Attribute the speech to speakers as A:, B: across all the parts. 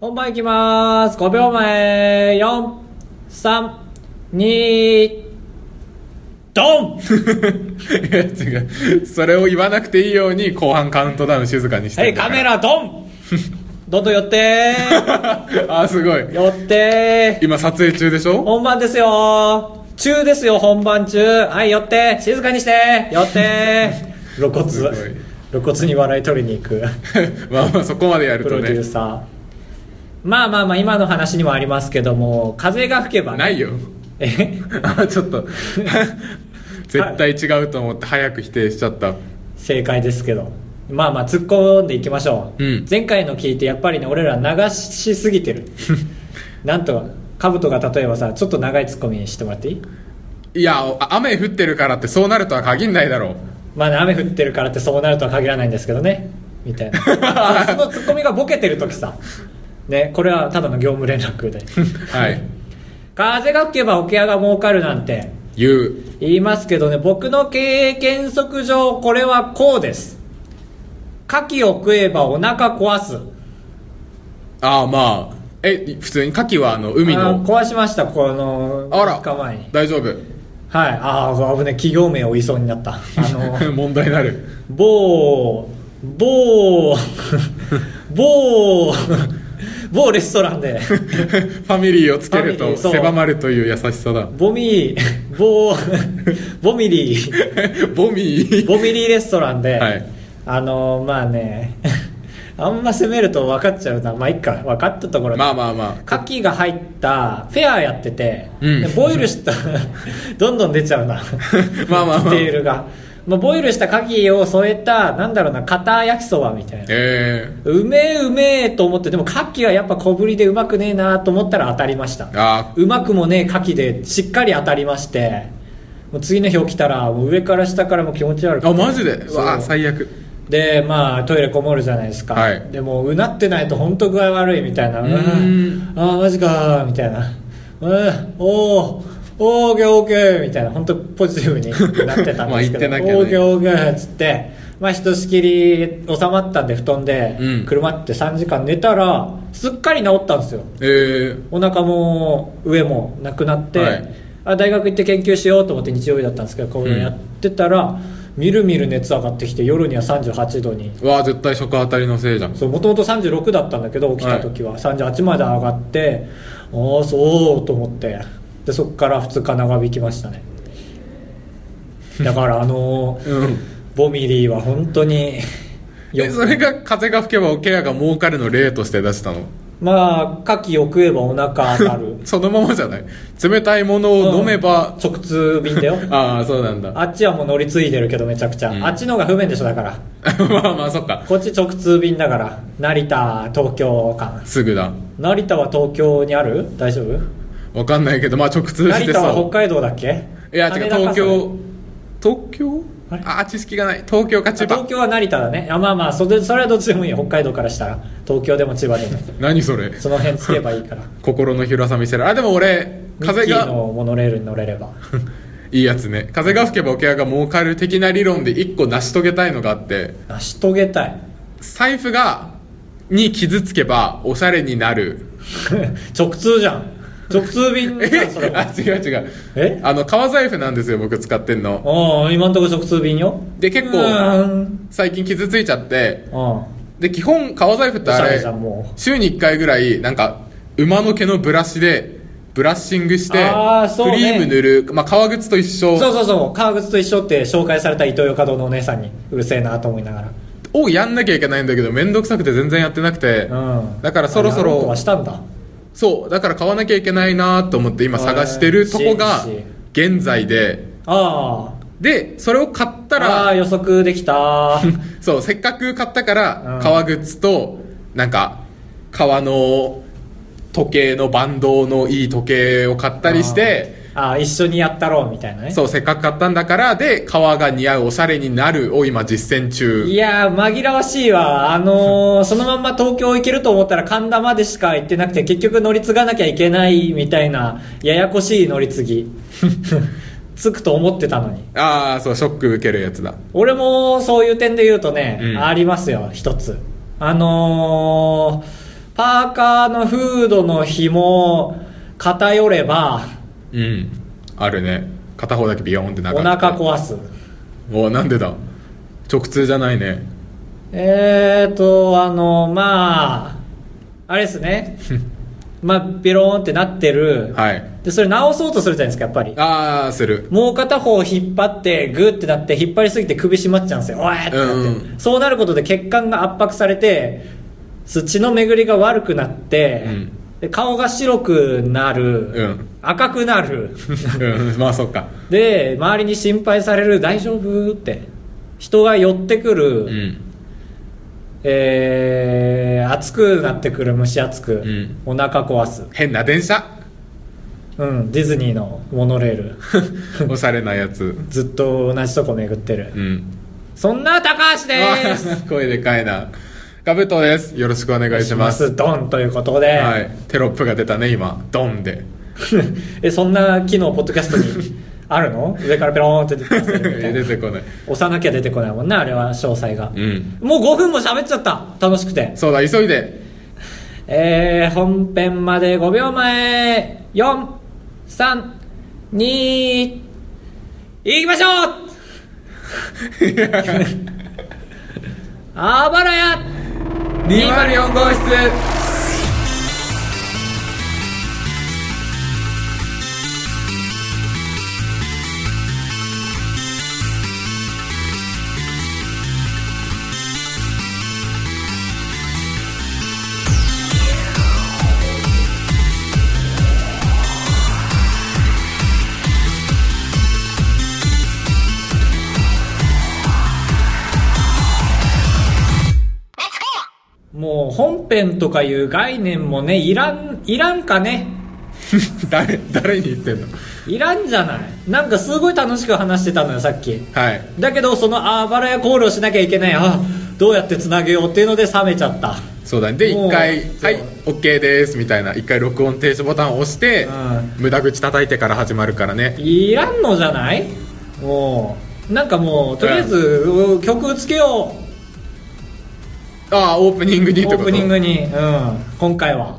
A: 本番いきまーす5秒前432ドン
B: いや違うそれを言わなくていいように後半カウントダウン静かにして
A: は
B: る
A: い
B: んだ
A: カ
B: か
A: メ
B: ら
A: ラドンどんどん寄 って
B: あーすごい
A: ー寄ってー
B: 今撮影中でしょ
A: 本番ですよー中ですよ本番中はい寄って静かにして寄 ってー露骨
B: すごい
A: 露骨に笑い取りに行 く
B: まあまあそこまでやる
A: プ
B: と
A: ロデュー
B: ね
A: サーまあまあまあ今の話にもありますけども風が吹けばね
B: ないよ
A: え
B: あちょっと 絶対違うと思って早く否定しちゃった
A: 正解ですけどまあまあ突っ込んでいきましょう、
B: うん
A: 前回の聞いてやっぱりね俺ら流しすぎてるなんとかぶとが例えばさちょっと長いツッコミしてもらっていい
B: いやあ雨降ってるからってそうなるとは限んないだろう
A: まあね雨降ってるからってそうなるとは限らないんですけどねみたいなそのツッコミがボケてる時さねこれはただの業務連絡で
B: はい
A: 風が吹けば桶屋が儲かるなんて
B: 言う
A: 言いますけどね僕の経験則上これはこうです牡蠣を食えばお腹壊す
B: ああまあえ普通に牡蠣はあの海
A: あ
B: の
A: 壊しましたこの
B: あ
A: 3
B: ら
A: 日前に
B: 大丈夫
A: はいああ危ね企業名を言いそうになったあ の
B: 問題になる
A: 某某某某レストランで
B: ファミリーをつける
A: ファミリ
B: と
A: ーそう
B: 狭まるという優しさだ
A: ボミボボミリー
B: ボミー
A: ボミリーレストランで、
B: はい
A: あのまあねあんま攻めると分かっちゃうなまあいっか分かったところで
B: まあまあまあ
A: 牡蠣が入ったフェアやってて、
B: うん
A: でボイル したどんどん出ちゃうな
B: まあまあま
A: ディ
B: あ
A: テールが、まあ、ボイルした牡蠣を添えたなんだろうな片焼きそばみたいな
B: え
A: うめえうめえと思ってでも牡蠣はやっぱ小ぶりでうまくねえなと思ったら当たりました
B: ー、あ
A: うまくもねえ牡蠣でしっかり当たりましてもう次の日起きたらもう上から下からもう気持ち悪く
B: ー
A: て
B: あマジでうわあ
A: そう
B: 最悪
A: でまあトイレこもるじゃないですか、
B: はい
A: でもうなってないと本当具合悪いみたいな
B: うーん
A: ああマジかーみたいなうんおーオーケーオーケーみたいな本当ポジティブになってたんですけど
B: まあ言ってなきゃね
A: オーケーオーケーっつってまあひとしきり収まったんで布団で
B: うん
A: 車って3時間寝たらすっかり治ったんですよ
B: えー、
A: お腹も上もなくなって、
B: はい
A: あ大学行って研究しようと思って日曜日だったんですけどこういうのやってたら、みるみる熱上がってきて夜には38度に
B: うわあ絶対食当たりのせいじゃん
A: もともと36だったんだけど起きた時は、38まで上がってああそうと思ってでそこから2日長引きましたねだからあのー
B: うん
A: ボミリーは本当によ
B: えそれが風が吹けばおケアが儲かるの例として出したの
A: まあ牡蠣を食えばお腹当たる
B: そのままじゃない冷たいものを 飲めば、
A: 直通便だよ
B: ああそうなんだ
A: あっちはもう乗り継いでるけどめちゃくちゃ、
B: うん
A: あっちの方が不便でしょだから
B: まあまあそっか
A: こっち直通便だから成田東京間
B: すぐだ
A: 成田は東京にある大丈夫
B: わかんないけどまあ直通し
A: 成
B: て
A: 田は
B: そ
A: 北
B: う
A: 海道だっけ
B: いや違う
A: 羽田か
B: 東京東京
A: あれ
B: ああ知識がない東京か
A: そ
B: 千
A: れあ東
B: 葉
A: 京は成田だねあまあまあそれそれはどっちでもいいよ北海道からしたら東京でも千葉でも
B: 何それ
A: その辺つけばいいから
B: 心の広さ見せるあでも俺
A: ミッ
B: 風
A: キー
B: が
A: のモノレールに乗れ れば
B: いいやつね風が吹けば桶屋が儲かる的な理論で一個成し遂げたいのがあって
A: 成し遂げたい
B: 財布がに傷つけばおしゃれになる
A: 直通じゃん直通便
B: え
A: じゃんそれは
B: あ違う違う
A: え
B: あの革財布なんですよ僕使ってんの
A: ああ今んとこ直通便よ
B: で結
A: うー
B: 構
A: ん
B: 最近傷ついちゃって
A: うん
B: で基本革財布って
A: おし
B: あ
A: ゃれ
B: れ
A: じゃんもう
B: 週に1回ぐらいなんか馬の毛のブラシでブラッシングしてクリ
A: あーそうね
B: ーム塗る、まあ、革靴と一緒
A: そうそうそう革靴と一緒って紹介されたイトーヨーカドーのお姉さんにうるせえなと思いなが
B: をやんなきゃいけないんだけど面倒くさくて全然やってなくて、
A: らうん
B: だからそろそ
A: あやろうと
B: ろ
A: はしたんだ
B: そうだから買わなきゃいけないなと思って今探してるとこが
A: あー
B: 現在で
A: あー
B: でそれを買った
A: あー
B: ら
A: 予測でき た
B: そうせっかく買ったか
A: う
B: ら
A: ん
B: 革靴となんか革の時計のバンドのいい時計を買ったりして
A: あー一緒にやったろうみたいなね
B: そうせっかく買ったんだからで革が似合うおしゃれになるを今実践
A: い
B: 中
A: やー紛らわしいわあのー、そのまんま東京行けると思ったら神田までしか行ってなくて結局乗り継がなきゃいけないみたいなややこしい乗り継ぎ 着くと思ってたのに
B: ああそうショック受けるやつだ
A: 俺もそういう点で言うとね、
B: うん
A: ありますよ一つあのーパーカーのフードの紐偏れば
B: うんあるね片方だけビヨーンってな
A: お腹
B: こ
A: 壊す
B: おなんでだ直通じゃないね
A: えーとあのまああれです ねまあビローンってなってる、
B: はい
A: でそれ直そうとするじゃないですかやっぱり
B: ああする
A: もう片方を引っ張ってグーってなって引っ張りすぎて首締まっちゃうんですよおえってなって、
B: うん
A: そうなることで血管が圧迫されてそう血の巡りが悪くなって、
B: うん
A: で顔が白くなる、
B: うん
A: 赤くなる
B: うんまあそっか
A: で周りに心配される大丈夫って人が寄ってくる、
B: うん
A: えー、熱くなってくる蒸し暑く、
B: ん
A: お腹壊す
B: 変な 電車
A: うんディズニーのモノレール
B: おしゃれなやつ
A: ずっと同じとこ巡ってる、
B: うん
A: そんな高橋です
B: 声でかいなカブトですよろしくお願いします
A: ドンということで、
B: はいテロップが出たね今ドンで
A: えそんな機能ポッドキャスト にあるの上からペローンって出てきたりするみたいな
B: 出てこない
A: 押さなきゃ出てこないもんなあれは詳細が、
B: うん
A: もう5分も喋っちゃった楽しくて
B: そうだ急いで
A: えー、本編まで5秒前432いきま しょうあばらや
B: 204号室
A: もう本編とかいう概念もねいらんいらんかね
B: 誰誰に言ってんの
A: いらんじゃないなんかすごい楽しく話してたのよさっき
B: はい
A: だけどそのあばらやコールをしなきゃいけないあどうやってつなげようっていうので冷めちゃった
B: そうだねで
A: もう
B: 一回
A: そう
B: 「はい OK です」みたいな一回録音停止ボタンを押して
A: う
B: 無駄口叩いてから始まるからね
A: いらんのじゃないもうなんかもうとりあえず、うん曲つけよう
B: ああオープニングにって
A: オ
B: こと
A: ープニングに、うん、今回は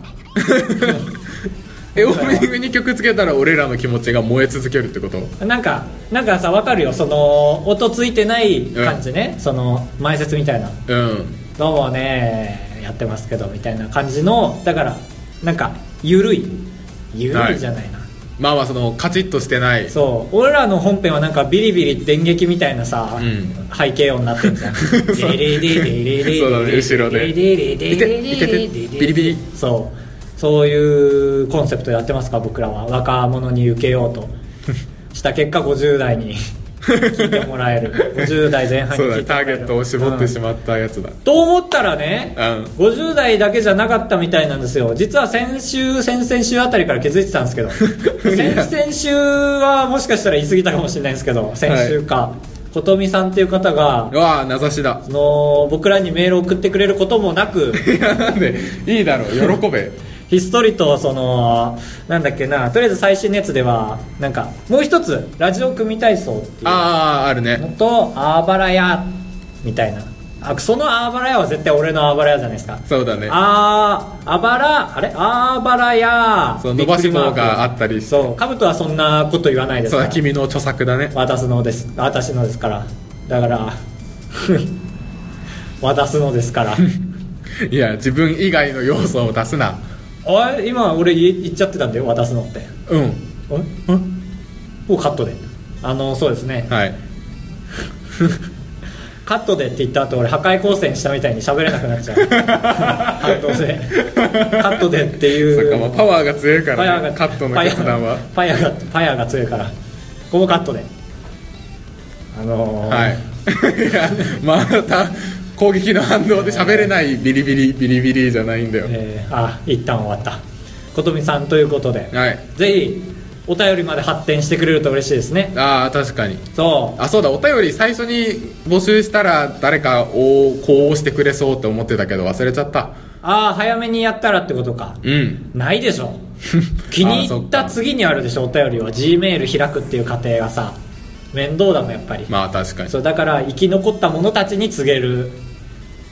B: えオープニングに曲つけたら俺らの気持ちが燃え続けるってこと
A: なんかなんかさわかるよその音ついてない感じね、その前説みたいな
B: うん
A: どうもねやってますけどみたいな感じのだからなんかゆるいゆるいじゃないな、
B: まあまあそのカチッとしてない
A: そう俺らの本編はなんかビリビリ電撃みたいなさ、
B: うん
A: 背景音になってるじゃん
B: そ
A: デ
B: う
A: リデリデリデリ
B: そうだね後ろで
A: デリデリデリデリ
B: いけいけいけビリビリ
A: そうそういうコンセプトやってますか僕らは若者に受けようとした結果50代に聞いてもらえる50代前半に
B: そう
A: 聞
B: だね
A: いて
B: タ
A: もらえ
B: ー
A: る
B: ゲットを絞ってし
A: うん
B: まったやつだ
A: と思ったらね、
B: うん
A: 50代だけじゃなかったみたいなんですよ実は先週先々週あたりから気づいてたんですけど先々週はもしかしたら言い過ぎたかもしれないですけど先週か、ことみさんっていう方が
B: うわあ名指しだ
A: その僕らにメールを送ってくれることもなく
B: いやなんでいいだろう喜べ
A: ひっそりとそのなんだっけなとりあえず最新のやつではなんかもう一つラジオ組体操っていう
B: あああるね
A: のとあばらやみたいなあそのあばらやは絶対俺のあばらやじゃないですか
B: そうだね
A: あーあばらあれあばらや
B: そう伸ばし棒があったりして
A: そうカブトはそんなこと言わないです
B: そう
A: か
B: だ
A: ら
B: 君の著作だね
A: 私のです私のですからだから私のです から
B: いや自分以外の要素を出すな
A: あれ今俺言言っちゃってたんだよ私のって
B: うん
A: えもうカットであのそうですね
B: はい
A: カットでって言った後俺破壊光線したみたいに喋れなくなっちゃ う反動でカットでっていう
B: そっかまあパワーが強いか
A: パヤ
B: ら
A: が
B: ねカットの決断は
A: パヤがパヤが強いからここカットであのー
B: はい いやまた攻撃の反応で喋れないビリビリビリビリじゃないんだよ
A: えーあ一旦終わったことみさんということで、
B: はい
A: ぜひお便りまで発展してくれると嬉しいですね
B: ああ確かに
A: そ
B: あそうだお便り最初に募集したら誰かをこうしてくれそうって思ってたけど忘れちゃった
A: うああ早めにやったらってことか
B: うん
A: ないでし ょ気に入った次にあるでしょお便りは G メール開くっていう過程がさ面倒だもんやっぱり、
B: まあ確かに
A: そうだから生き残った者たちに告げる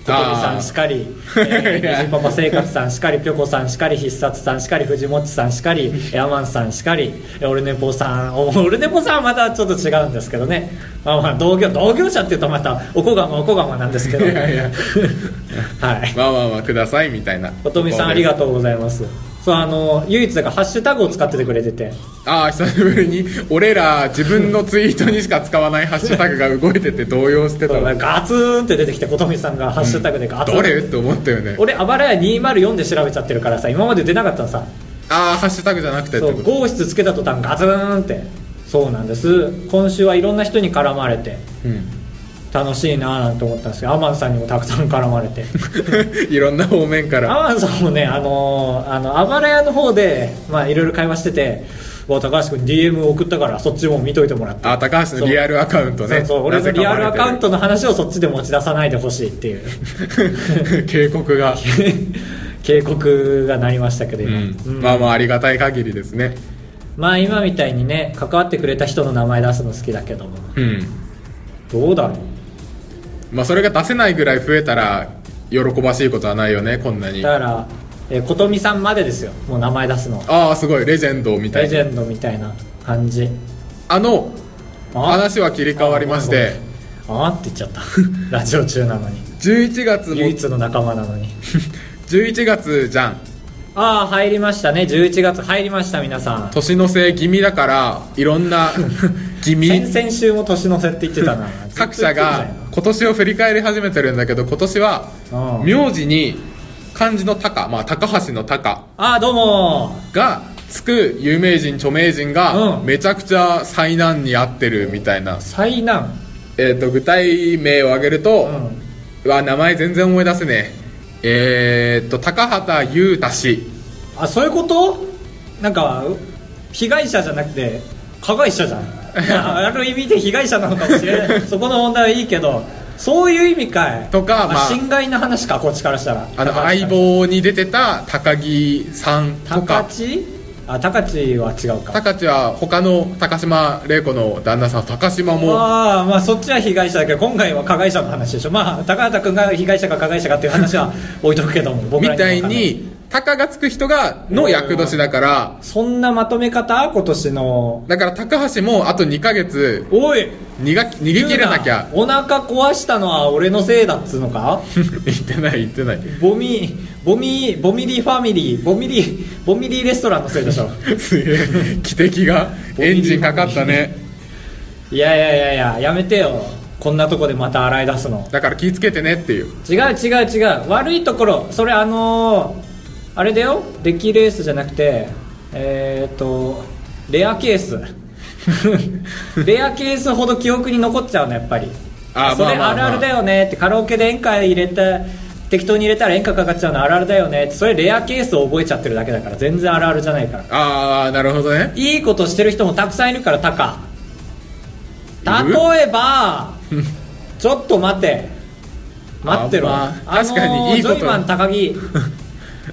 A: 小鳥さんしかり、え
B: いや
A: ー、ジパパ生活さんしかりぴょこさんしかり必殺さんしかり藤もっちさんしか りえーアマンさんしかりえーオルネポさんおオルネポさんはまたちょっと違うんですけどね、まあ、まあ同業同業者っていうとまたおこがまおこがまなんですけど
B: いやいや
A: はい
B: まあまあまあくださいみたいな
A: とみさんありがとうございますそうあの唯一だからハッシュタグを使っててくれてて
B: ああ久しぶりに俺ら自分のツイートにしか使わないハッシュタグが動いてて動揺してた
A: そうガツンって出てきてことみさんがハッシュタグでガツン、
B: どれって思ったよね
A: 俺あばらや204で調べちゃってるからさ今まで出なかったのさ
B: ああハッシュタグじゃなくてって
A: そ
B: こ
A: う
B: と
A: 号室つけた途端ガツンってそうなんです今週はいろんな人に絡まれて
B: うん
A: 楽しいなぁなんて思ったんですけどアマンさんにもたくさん絡まれ て
B: いろんな方面
A: ア
B: から
A: マンさんもねあのーあのあばら屋の方でまあいろいろ会話してて「わ高橋君 DM 送ったからそっちも見といてもらって」
B: あ高橋のリアルアカウントね
A: そうそう俺
B: な
A: の
B: ぜか
A: リア
B: バレ
A: ルア
B: てる
A: カウントの話をそっちで持ち出さないでほしいっていう
B: 警告が、
A: 警告が鳴りましたけど
B: う
A: 今、
B: ん
A: うん
B: まあまあありがたい限りですね
A: まあ今みたいにね関わってくれた人の名前出すの好きだけども
B: うん
A: どうだろう
B: まあそれが出せないぐらい増えたら喜ばしいことはないよねこんなに
A: だから、えー、ことみさんまでですよもう名前出すの
B: ああすごいレジェンドみた
A: レ
B: い
A: ジ
B: な
A: ェンドみたいな感じ
B: あの話は切り替わりまし
A: あ
B: て
A: ごめんごめんあーって言っちゃった ラジオ中なのに
B: 11月も
A: 唯一の仲間なのに
B: 11月じゃん
A: ああ入りましたね11月入りました皆さん
B: 年のせい気味だからいろん な気
A: 先
B: 味
A: 々週も年の瀬って言って たな
B: 各社が今年を振り返り始めてるんだけど今年は
A: うん
B: 名字に漢字の高まあ高橋の高
A: ああどうも
B: がつく有名人著名人が
A: うん
B: めちゃくちゃ災難に遭ってるみたいな、
A: 災難
B: えっ、と具体名を挙げると、
A: うん
B: うわ名前全然思い出せねええー、っと高畑裕太氏
A: あそういうことなんかう被害者じゃなくて加害者じゃ んある意味で被害者なのかもしれないそこの問題はいいけどそういう意味かい
B: とかまあ
A: 侵害の話かこっちからしたら
B: あの
A: 高橋
B: 相棒に出てた高木さんと
A: 高
B: か
A: 知あ高知は違うか
B: 高知は他の高島玲子の旦那さん高島も
A: ああまあそっちは被害者だけど今回は加害者の話でしょまあ高畑君が被害者か加害者かっていう話 は置いとくけども僕
B: み
A: ら
B: たい
A: は分かんな
B: に高がつく人がの役年だから
A: そんなまとめ方今年の
B: だから高橋もあと2ヶ月
A: おい
B: 逃が逃げ切れなきゃ
A: 言うなお腹壊したのは俺のせいだっつうのか
B: 言ってない言ってない
A: ボミボミボミリーファミリーボミリーボミリーレストランのせいでしょ
B: すげえ汽笛がエンジンかかったね
A: いやいやいやいややめてよこんなとこでまた洗い出すの
B: だから気ぃつけてねっていう
A: 違う違う違う悪いところそれあのーあれだよデッキレースじゃなくてえっ、とレアケース レアケースほど記憶に残っちゃうのやっぱり
B: あ
A: それ
B: まあまあ
A: ある
B: まあ
A: あるだよねってカラオケで演歌入れた適当に入れたら演歌かかっちゃうのあるあるだよねってそれレアケースを覚えちゃってるだけだから全然あるあるじゃないから
B: ああなるほどね
A: いいことしてる人もたくさんいるからタカ
B: る
A: 例えばちょっと待て待ってろ
B: あまあ確かにいい
A: あのー
B: こと
A: ジョイマン高木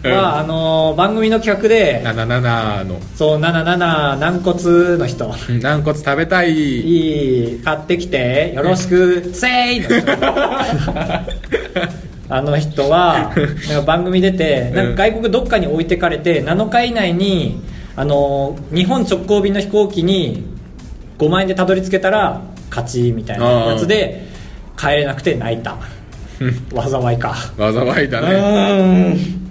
B: うん
A: は、あのー番組の企画で
B: 77の
A: そう77軟骨の人
B: うん軟骨食べ たい
A: いい買ってきてよろしくせいの人 あの人はなんか番組出てなんか外国どっかに置いてかれて7日以内にあの日本直行便の飛行機に5万円でたどり着けたら勝ちみたいなやつで帰れなくて泣い た災いか
B: 災いだ
A: う
B: ね
A: ーん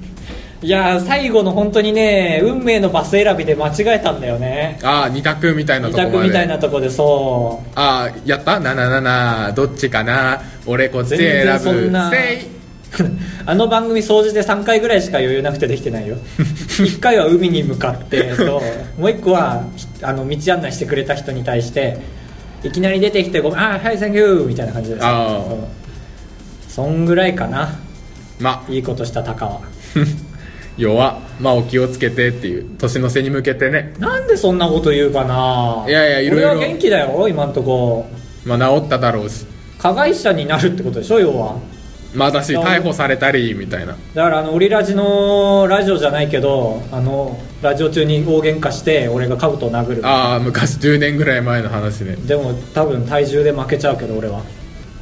A: いやー最後の本当にね運命のバス選びで間違えたんだよね
B: ああ二択みたいな
A: 委
B: とこまで
A: 託みたいなとこでそう
B: あーやった ?77 どっちかな俺こっち
A: 全
B: 選
A: 然
B: ぶ
A: そんな
B: せい
A: あの番組掃除で3回ぐらいしか余裕なくてできて ないよ1回は海に向かってともう1個はあの道案内してくれた人に対していきなり出てきて「ごめんあーはいサンキュー」みたいな感じです
B: あ
A: う
B: ー
A: んそんぐらいかな
B: ま
A: いいことしたタカは
B: 弱まあお気をつけてっていう年の瀬に向けてね
A: なんでそんなこと言うかない
B: やいやいろいろ
A: 俺は元気だよ今んとこ
B: まあ治っただろうし
A: 加害者になるってことでしょ要は
B: まあ私逮捕されたりみたいな
A: だからあのオリラジのラジオじゃないけどあのラジオ中に大喧嘩して俺がカブトを殴る
B: ああ昔10年ぐらい前の話ね
A: でも多分体重で負けちゃうけど俺は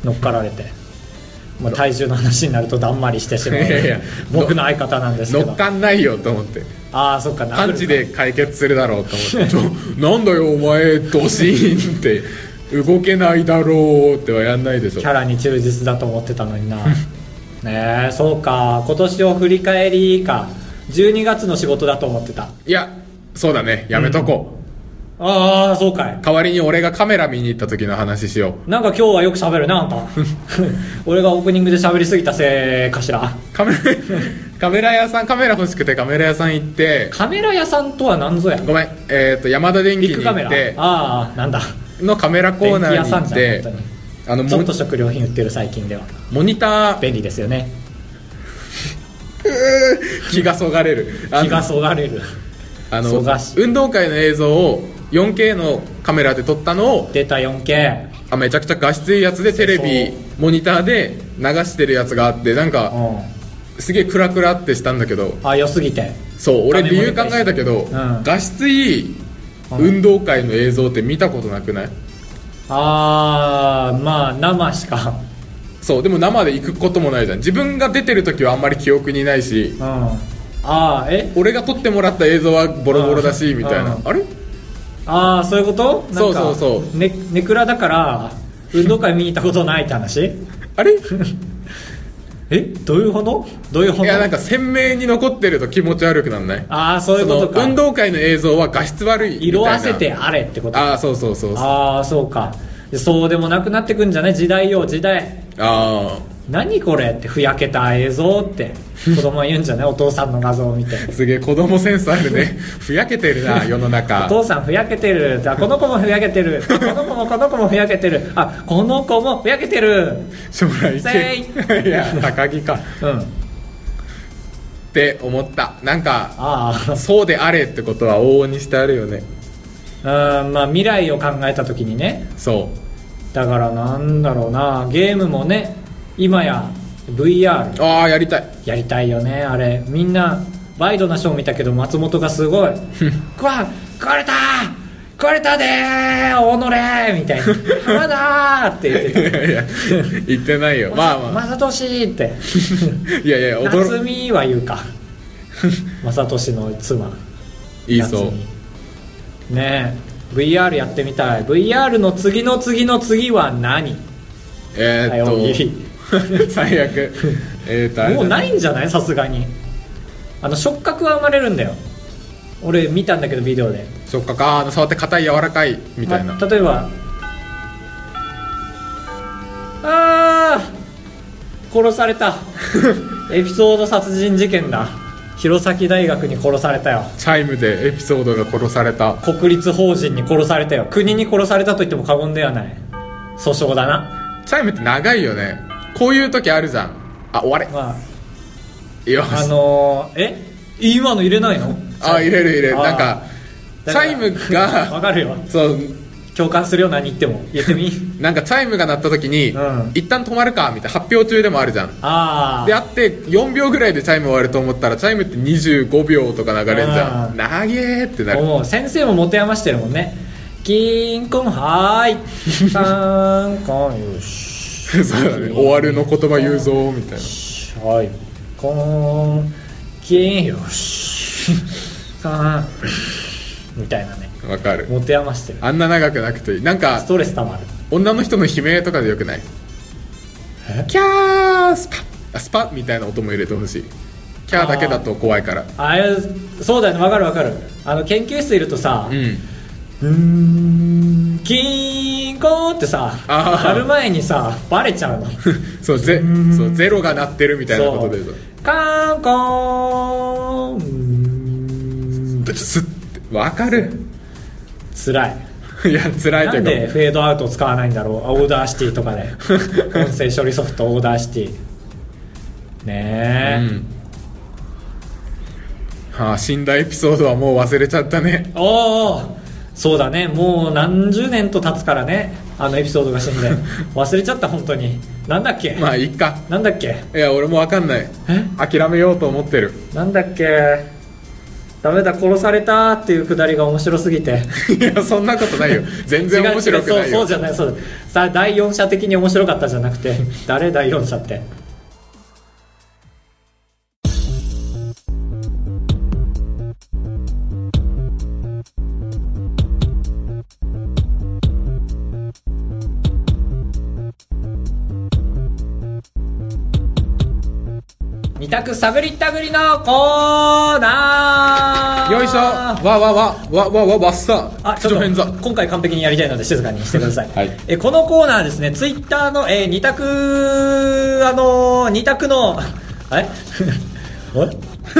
A: 乗っかられてまあ、体重の話になるとだんまりしてしまう
B: いやいや
A: 僕の相方なんですけ
B: 乗
A: ど
B: っかんないよと思って
A: ああそっか
B: パンチで解決するだろう と思ってななんだよお前ドシーンって動けないだろうってはやんないでしょ
A: キャラに忠実だと思ってたのに なねえそうか今年を振り返りか12月の仕事だと思ってた
B: いやそうだねやめとこ
A: ああそうかいう
B: 代わりに俺がカメラ見に行った時の話しよ
A: なんか今日はよく喋るなあん た俺がオープニングで喋りすぎたせいかしら
B: うカメ ラカメラ屋さんカメラ欲しくてカメラ屋さん行って
A: カメラ屋さんとは何ぞや
B: ごめんえっ、と山田電
A: ビ
B: 機
A: ッ
B: に
A: グカメラ
B: 行って
A: ああなんだ
B: のカメラコーナーに行
A: 電
B: っ
A: 気屋
B: て
A: さんじゃん本
B: あの
A: ちょ
B: モ
A: っと食料品売ってる最近では
B: モニター
A: 便利ですよね
B: 気がそがれるあの
A: 気がそがれる
B: あ
A: そ
B: の
A: がし
B: 運動会の映像を 4K のカメラで撮ったのを
A: 出た 4K
B: あめちゃくちゃ画質いいやつでテレビ
A: そう
B: モニターで流してるやつがあってなん
A: う
B: か
A: ん
B: すげえクラクラってしたんだけど
A: ああ良すぎて
B: そう俺
A: 画面
B: 理由
A: も
B: 考
A: いいし
B: えたけど、
A: うん
B: 画質いい
A: うん
B: 運動会の映像って見たことなくない
A: ああまあ生しか
B: そうでも生で行くこともないじゃん自分が出てる時はあんまり記憶にないし
A: うんああえ
B: 俺が撮ってもらった映像はボロボロだし
A: うん
B: みたい
A: う
B: な
A: ん
B: あれ
A: ああそういうことなんか
B: そうそうそう
A: ねネクラだから運動会見に行ったことないって話
B: あれい
A: えどういうことどういうこと
B: やなんか鮮明に残ってると気持ち悪くなんない
A: ああそういう
B: そ
A: こと
B: の
A: か
B: 運動会の映像は画質悪いみたいな
A: 色あせてあれってこと
B: ああそうそうそうそうあ
A: ああそうかそうでもなくなってくんじゃない時代よ時代
B: あ
A: 何これってふやけた映像って子供は言うんじゃないお父さんの画像を見て
B: ーすげえ子供センスあるね ふやけてるな世の
A: お
B: 中
A: 父さんふやけてるあこの子もふやけてるあこの子もこの子もふやけてるあこの子もふやけてる
B: 将来
A: せ
B: 系 いや高木かっ
A: うん
B: て思ったなんか
A: ああ
B: そうであれってことは往々にしてあるよね
A: うんまあ未来を考えた時にね
B: そ
A: だからなんだろうなゲームもね今や VR
B: うああやりたい
A: やりたいよねあれみんなワイドなショー見たけど松本が すごい「うわ壊れた壊れたでーおのれ!」みたいな「まだ!」って言っ
B: い
A: て
B: やいや言ってないよ
A: た「
B: まあまあ
A: ま さとし!」って
B: いやいや
A: 夏
B: 驚
A: 美は言う かまさとしの妻
B: いいそう
A: 夏美ねえ VR やってみたい VR の次の次の次は何
B: えー、っ
A: はい大喜
B: と 最悪えー、っとあれだ
A: もうないんじゃないさすがにあの触覚は生まれるんだよ俺見たんだけどビデオで
B: そっかかあの触って硬い柔らかいみたいな、
A: ま例えばあー殺された エピソード殺人事件だ弘前大学に殺されたよ
B: チャイムでエピソードが殺された
A: 国立法人に殺されたよ国に殺されたと言っても過言ではない訴訟だな
B: チャイムって長いよねこういう時あるじゃんあ終われ
A: まあ
B: よし
A: あ
B: あ
A: のー、え今の入れないの
B: 入れる入れる
A: あー
B: なんか
A: だ
B: チ
A: から
B: ャイム
A: わ
B: が
A: かるよ
B: そう
A: 共感するよ何言っても言って み
B: なんかチャイムが鳴った時に、
A: うん
B: 一旦止まるかみたいな発表中でもあるじゃん
A: あ
B: であって4秒ぐらいでチャイム終わると思ったらチャイムって25秒とか流れんじゃ
A: あ
B: ん長えってな
A: あ
B: る
A: もう先生も持て余してるもんねキンコンは ーいカンコンよし
B: そうだね終わるの言葉言うぞみたいな
A: はいコンキンよしカンみたいなね
B: わかる
A: 持て余してる
B: あんな長くなくていいなんか
A: ストレスたまる
B: 女の人の悲鳴とかでよくない
A: え
B: キャースパッあスパッみたいな音も入れてほしいキャーだけだと怖いから
A: あれそうだよねわかるわかるあの研究室いるとさ
B: うん
A: うーんキーンコーンってさ
B: あー
A: なる前にさバレちゃうの
B: そうゼそうゼロが鳴ってるみたいなことで
A: そうカーンコーン
B: ブツってわ かる
A: つらい
B: いや辛いと
A: なん
B: い
A: で
B: うか
A: フェードアウト使わないんだろうあオーダーシティとか で音声処理ソフトオーダーシティ
B: う
A: ねえ、
B: んはあ死んだエピソードはもう忘れちゃったね
A: おおそうだねもう何十年と経つからねあのエピソードが死 んで忘れちゃった本当になんだっけ、
B: まあいいか
A: なんだっけ
B: いや俺もわかんない
A: え
B: 諦めようと思ってる
A: なんだっけダメだ殺されたっていうくだりが面白すぎて
B: いやそんなことないよ全然面白くないよ
A: 違う違うそうそうじゃないそうさあ第4者的に面白かったじゃなくて 誰第4者って二択サブリッタグリのコーナー
B: よいしょわわわわわわわっさ
A: あちょ
B: 上
A: っ
B: 辺座
A: と今回完璧にやりたいので静かにしてください、
B: はい
A: えこのコーナーですねツイッターの、えー、二択あのー、二択の あれおい
B: い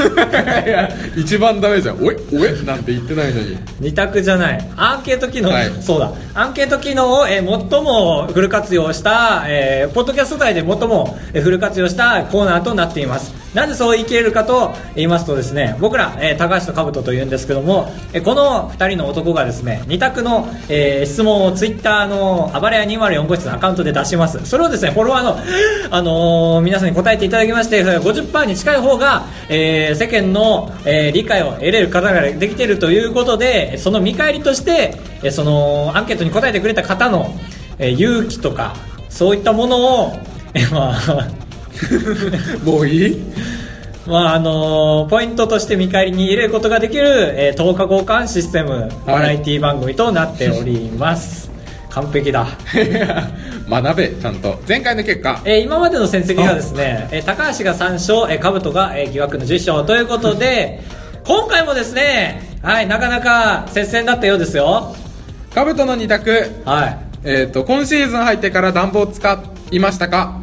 B: や一番ダメじゃんおえおえなんて言ってないのに
A: 二択じゃないアンケート機能、
B: はい
A: そうだアンケート機能を、えー最もフル活用した、えーポッドキャスト界で最もえーフル活用したコーナーとなっていますなぜそう言い切れるかと言いますとですね僕ら、えー高橋と兜というんですけども、えーこの2人の男がですね二択の、えー質問をツイッターの暴れ屋204号室のアカウントで出しますそれをですねフォロワーの、あのー皆さんに答えていただきまして50%に近い方が、えー世間の、えー理解を得れる方ができているということでその見返りとして、えーそのアンケートに答えてくれた方の、えー勇気とかそういったものを、えーまあ
B: もういい
A: まああのーポイントとして見返りに入れることができる、えー、10日交換システムバラエティ番組となっております、完璧だ
B: いや学べちゃんと前回の結果
A: えー今までの戦績がですね、えー高橋が3勝、えー、兜が、えー疑惑の10勝ということ で、今回もですね、はい、なかなか接戦だったようですよ。
B: カブトの二択
A: は
B: えっ、と今シーズン入ってから暖房使いましたか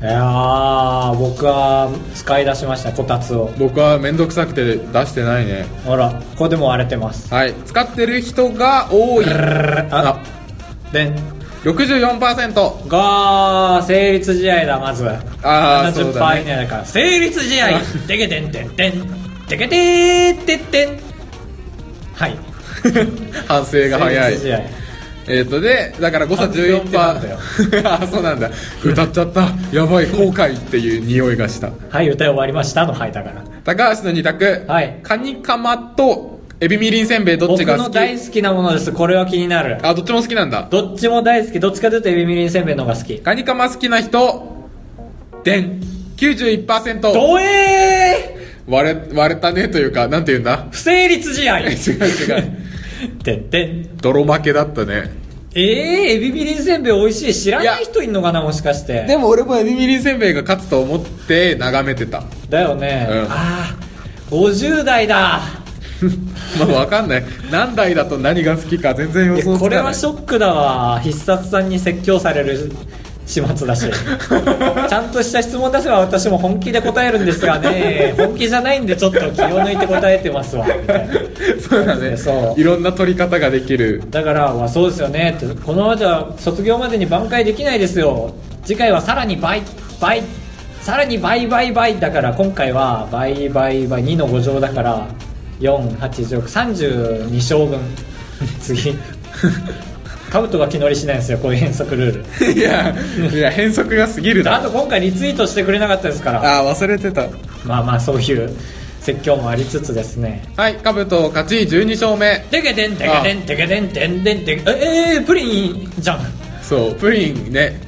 A: い。いやー、僕は使い出しました、こたつを。
B: 僕は面倒くさくて出してないね
A: ほら、ここでも荒れてます。
B: はい使ってる人が 多いあ
A: でん、
B: 64%
A: がー、成立試合だ、まず。
B: ああそう
A: 70%
B: だ
A: 以内
B: ね
A: だから。成立試合 てけてんてんてん、てけてーてってん。はい。
B: 反省が早
A: 成立試
B: い
A: 合。
B: えっ、とでだから誤差
A: 反省ってなんだよ
B: 14%あ あそうなんだ歌っちゃったやばい後悔っていう匂いがした
A: はい、歌い終わりましたの、はい、だから。
B: 高橋の二択
A: はい
B: カニカマとエビみりんせんべいどっ
A: 僕
B: ちが
A: の
B: 好き
A: 大好きなものですこれは気になる
B: あどっちも好きなんだ
A: どっちも大好きどっちかというとエビみりんせんべいの方が好き
B: カニカマ好きな人でん91%
A: どえ
B: 割れ割れたねというかなんて言うんだ
A: ー 不成立試合
B: 違う違う
A: てってん
B: 泥負けだったね
A: えー、エビみりんせんべい美味しい知らない人いんのかなもしかして
B: でも俺もエビみりんせんべいが勝つと思って眺めてた
A: だよね、
B: うん
A: ああ50代だ
B: まあわかんない何代だと何が好きか全然
A: い
B: 予想
A: や
B: つかない
A: これはショックだわ必殺さんに説教される始末だし ちゃんとした質問出せば私も本気で答えるんですがね本気じゃないんでちょっと気を抜いて答えてますわみたいな
B: そうだね
A: そう
B: いろんな取り方ができる
A: だから、まあ、そうですよねってこのままじゃ卒業までに挽回できないですよ次回はさらに倍倍さらに倍倍倍だから今回は倍倍倍2の5乗だから4832勝分 次 カブトが気乗りしないんですよこ ういう変則ルール
B: いやいや変則が過ぎる
A: あ
B: だ
A: と今回リツイートしてくれなかったですから
B: ああ忘れてた
A: まあまあそういう説教もありつつですね
B: はいカブト勝ち12勝目
A: てけてんてけてんてけてんてんてんてけええー、プリンじゃん
B: そうプリンね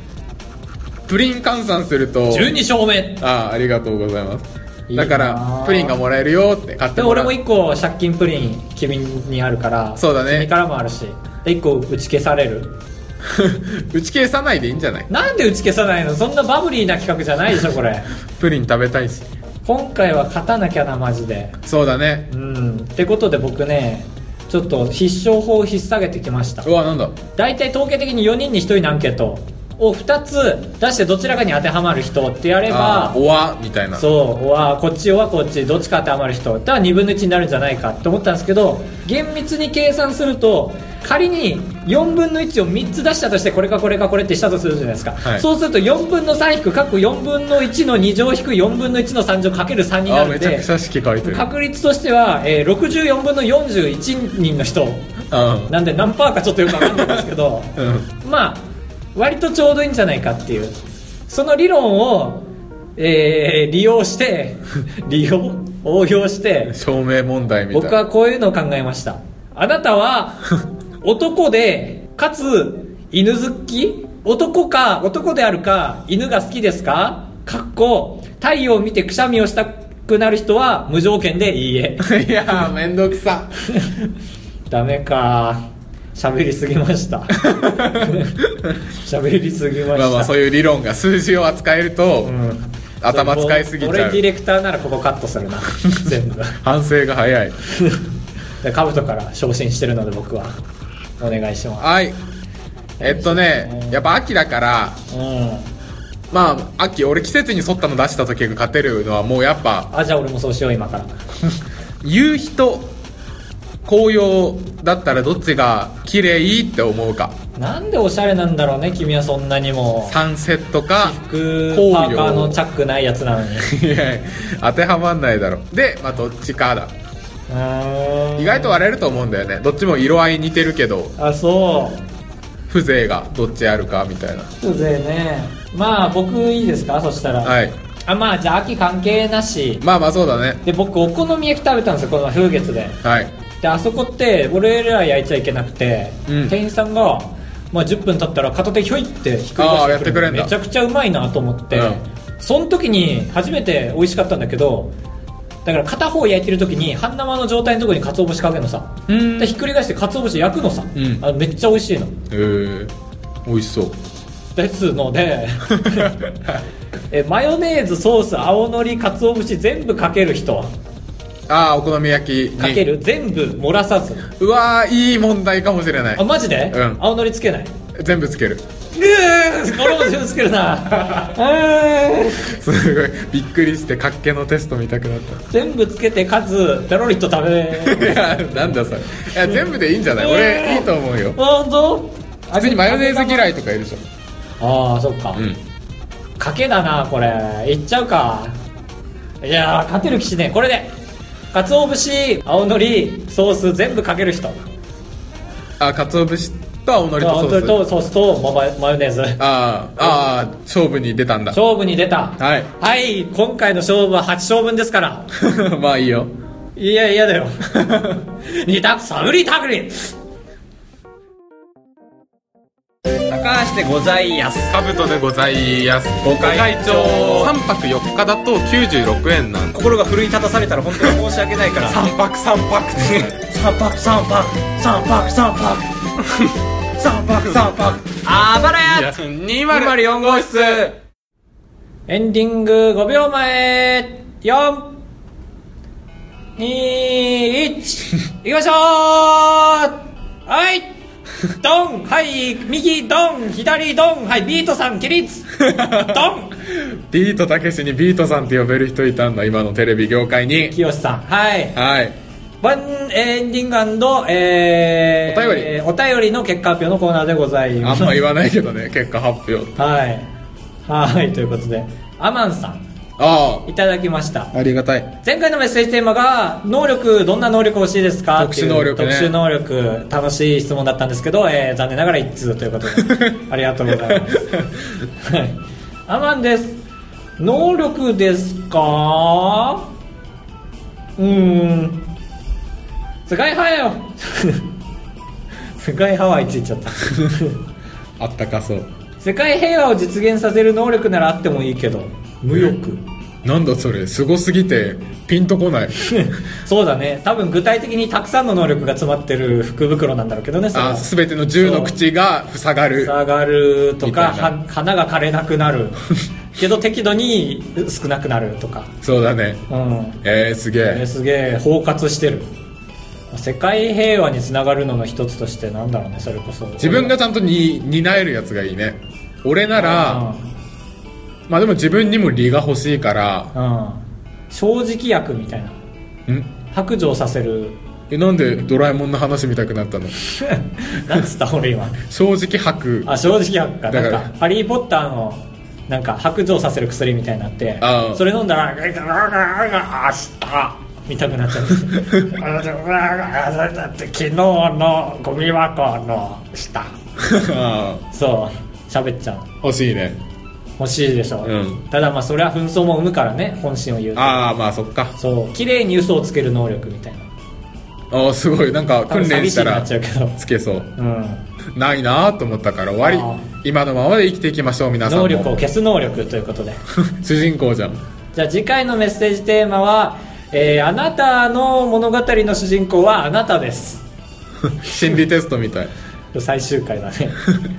B: プリン換算すると
A: 12勝目
B: ああありがとうございます
A: いいな
B: だ
A: あ
B: からプリンがもらえるよって買って
A: で
B: も
A: 俺
B: らう
A: も1個借金プリン君にあるから
B: そうだね
A: 君からもあるしで1個打ち消される
B: 打ち消さないでいいんじゃない
A: なんで打ち消さないのそんなバブリーな企画じゃないでしょこ れ
B: プリン食べたいし
A: 今回は勝たなきゃなマジで
B: そうだね
A: うんってことで僕ねちょっと必勝法を引っ提げてきました
B: うわなんだ
A: 大体統計的に4人に1人のアンケートを2つ出してどちらかに当てはまる人ってやれば
B: あーおわみたいな
A: そうわこっちはこっちどっちか当てはまる人だから2分の1になるんじゃないかって思ったんですけど厳密に計算すると仮に4分の1を3つ出したとしてこれかこれかこれってしたとするじゃないですか、
B: はい
A: そうすると4分の3引くかっこ4分の1の2乗引く4分の1の3乗かける3に
B: あ
A: な
B: ー
A: る
B: め
A: ん
B: ちゃ
A: で
B: くちゃ式書いてる
A: 確率としては、えー64分の41人の人
B: う
A: なんで何パーかちょっとよくわかんないんですけど
B: ん、うん、
A: まあ割とちょうどいいんじゃないかって いうその理論を、えー利用して利用応用 して
B: 証明問題みたいな
A: 僕はこういうのを考えましたあなた は男でかつ犬好き男か男であるか犬が好きですかかっこ太陽を見てくしゃみをしたくなる人は無条件でいい え
B: いやーめんどくさ
A: ダメか喋りすぎました 喋りすぎました
B: まあまあそういう理論が数字を扱えると、
A: うん
B: 頭使いすぎち
A: 俺
B: ゃう
A: ディレクターならここカットす るな全部
B: 反省が早い
A: でカブトから昇進してるので僕はお願いしま
B: はいえっとねやっぱ秋だから
A: すうん
B: まあ秋俺季節に沿ったの出した時が勝てるのはもうやっぱ
A: あじゃあ俺もそうしよう今から
B: 夕日と紅葉だったらどっちが綺麗って思うか
A: なんでおしゃれなんだろうね君はそんなにも
B: サンセットか
A: 服
B: 紅
A: パ
B: 葉
A: ーカーのチャックないやつなのにう
B: いやいや当てはまんないだろでまあどっちかだ
A: ーん
B: 意外と割れると思うんだよねどっちも色合い似てるけど
A: あそう
B: 風情がどっちあるかみたいな
A: 風情ねまあ僕いいですかそしたら、
B: はい
A: あまあじゃあ秋関係なし
B: まあまあそうだね
A: で僕お好み焼き食べたんですよこの風月で
B: はい
A: であそこって俺ら焼いちゃいけなくて、
B: うん
A: 店員さんが、まあ、10分経ったら片手ひょいってひっくり返
B: あー
A: し
B: やって
A: て
B: く
A: く
B: れ
A: れ
B: ん
A: る
B: だ
A: めちゃくちゃうまいなと思って、
B: うん
A: その時に初めて美味しかったんだけどだから片方焼いてる時に半生の状態のところに鰹節かけるのさ
B: うん
A: でひっくり返して鰹節焼くのさ、
B: うん
A: あめっちゃ美味しいの
B: えー、美味し そう
A: ですの でえマヨネーズソース青のり鰹節全部かける人は
B: ああお好み焼きに
A: かける全部漏らさず
B: うわーいい問題かもしれない
A: あマジで、
B: うん
A: 青のりつけない
B: 全部つける
A: 俺も全部つけるなえー
B: すごいびっくりして活気のテスト見たくなっ
A: 全部つけてかつペロリと食
B: た
A: べ
B: いやなんだそれいや全部でいいんじゃない
A: えー
B: 俺いいと思うよ
A: 本当
B: 普通にマヨネーズ嫌
A: い
B: いとかいるでしょ
A: ああそっか、
B: うん
A: 賭けだなこれいっちゃうかいやー勝てる気しねえこれで鰹節青のりソース全部かける人
B: あ鰹節と青のりと
A: 青
B: ソ
A: のり
B: ース
A: とソースとママヨネーズ
B: あーあー勝負に出たんだ
A: 勝負に出た
B: はい
A: はい今回の勝負は8勝分ですから
B: まあいいよ
A: いやいやだ よ二択サブリタグリ
C: 高橋でございやす
B: カブトでございます
C: ご会長
B: 3泊4日だと96円なんだ
C: 心が奮い立たされたら本当に申し訳ないから
B: 3泊3泊って
C: 三泊三泊三泊三泊三泊三 泊あばらや
B: 204号室
A: エンディング5秒前4 2 1行きましょうはいドンはい右ドン左ドンはいビートさん起 立ドン
B: ビートたけしにビートさんって呼べる人いたんだ今のテレビ業界に
A: 清さんはい
B: はい
A: ワンエンディングえー、
B: お便り
A: お便りの結果発表のコーナーでございま
B: あん
A: す
B: ま言わないけど ね結果発表
A: はいはいということでアマンさん
B: あ
A: いただきました
B: あありがたい
A: 前回のメッセージテーマが能力どんな能力欲しいですか
B: 特殊能力ね
A: っていう特殊能力楽しい質問だったんですけど、えー残念ながら一通という ことでありがとうございますはいアマンです能力ですかうーん菅井派よ 菅井派はいついっちゃった
B: あったかそう
A: 世界平和を実現させる能力ならあってもいいけど無欲
B: なんだそれすごすぎてピンとこない
A: そうだね多分具体的にたくさんの能力が詰まってる福袋なんだろうけどねそれは
B: あ全ての銃の口が塞がる
A: 下がるとか
B: みたいな
A: は花が枯れなくな るけど適度に少なくなるとか
B: そうだね
A: うん
B: えー、すげ
A: え
B: え
A: すげえ包括してる世界平和につながるのの一つとしてなんだろうねそれこそ
B: 自分がちゃんとに担えるやつがいいね俺ならまあでも自分にも利が欲しいから
A: うん、うん正直役みたいなん白状させ る
B: えなんでドラえもんの話見たくなったの
A: なんつった俺今
B: 正直 白
A: あ正直薬かな
B: だか
A: ん
B: ら
A: か「ハリー・ポッター」のなんか白状させる薬みたいになって
B: ああ
A: それ飲んだら「ガガガガガガ明日」見たくなっちゃうあだってだって昨日のゴミ箱の下
B: あ
A: そう喋っちゃう
B: ー欲しいね
A: 欲しいでしょう、
B: うん
A: ただまあそれは紛争も生むからね本心を言うと
B: ああまあそっか
A: そう綺麗に嘘をつける能力みたいな
B: ああすごいなんか
A: 多
B: 訓
A: 分
B: 練
A: 寂し
B: し
A: い
B: た
A: にな
B: ら
A: っちゃうけど
B: つけそう
A: うん
B: ないなーと思ったから終わ
A: あ
B: り今のままで生きていきましょう皆さんも
A: 能力を消す能力ということで
B: 主人公じゃん
A: じゃあ次回のメッセージテーマは、えーあなたの物語の主人公はあなたです
B: 心理テストみたい
A: 最終回だね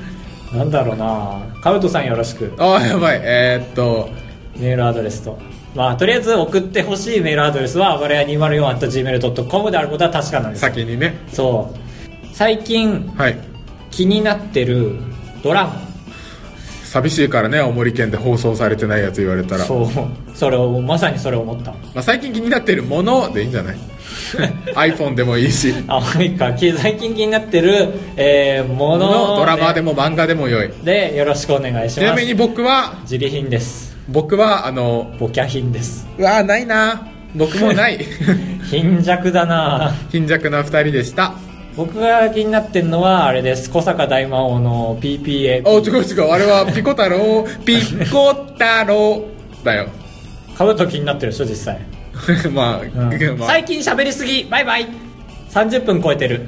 A: なんだろうなカウトさんよろしく
B: ああやばいえー、っと
A: メールアドレスとまあとりあえず送ってほしいメールアドレスは暴れや 204.gmail.com であることは確かなんです
B: 先にね
A: そう最近
B: はい
A: 気になってるドラマ
B: 寂しいからね青森県で放送されてないやつ言われたら、ま
A: そうそれをまさにそれを思った
B: あ、最近気になってるものでいいんじゃ ない iPhone でもいいし
A: あいか最近気になってる、えーもの
B: ドラマでも漫画でもよい
A: でよろしくお願いし
B: ちな
A: ま
B: み
A: す
B: に僕は
A: 自利品です
B: 僕はあの
A: ボキャ品です
B: うわーないなー僕も ない
A: 貧弱だな
B: 貧弱な2人でした
A: 僕が気になってんのはあれです小坂大魔王の PPA
B: あ違う違うあれはピコ太 郎ピコ太郎だよ
A: 買うと気になってるでしょ実際
B: まあ、
A: うん
B: まあ
A: 最近喋りすぎバイバイ30分超えてる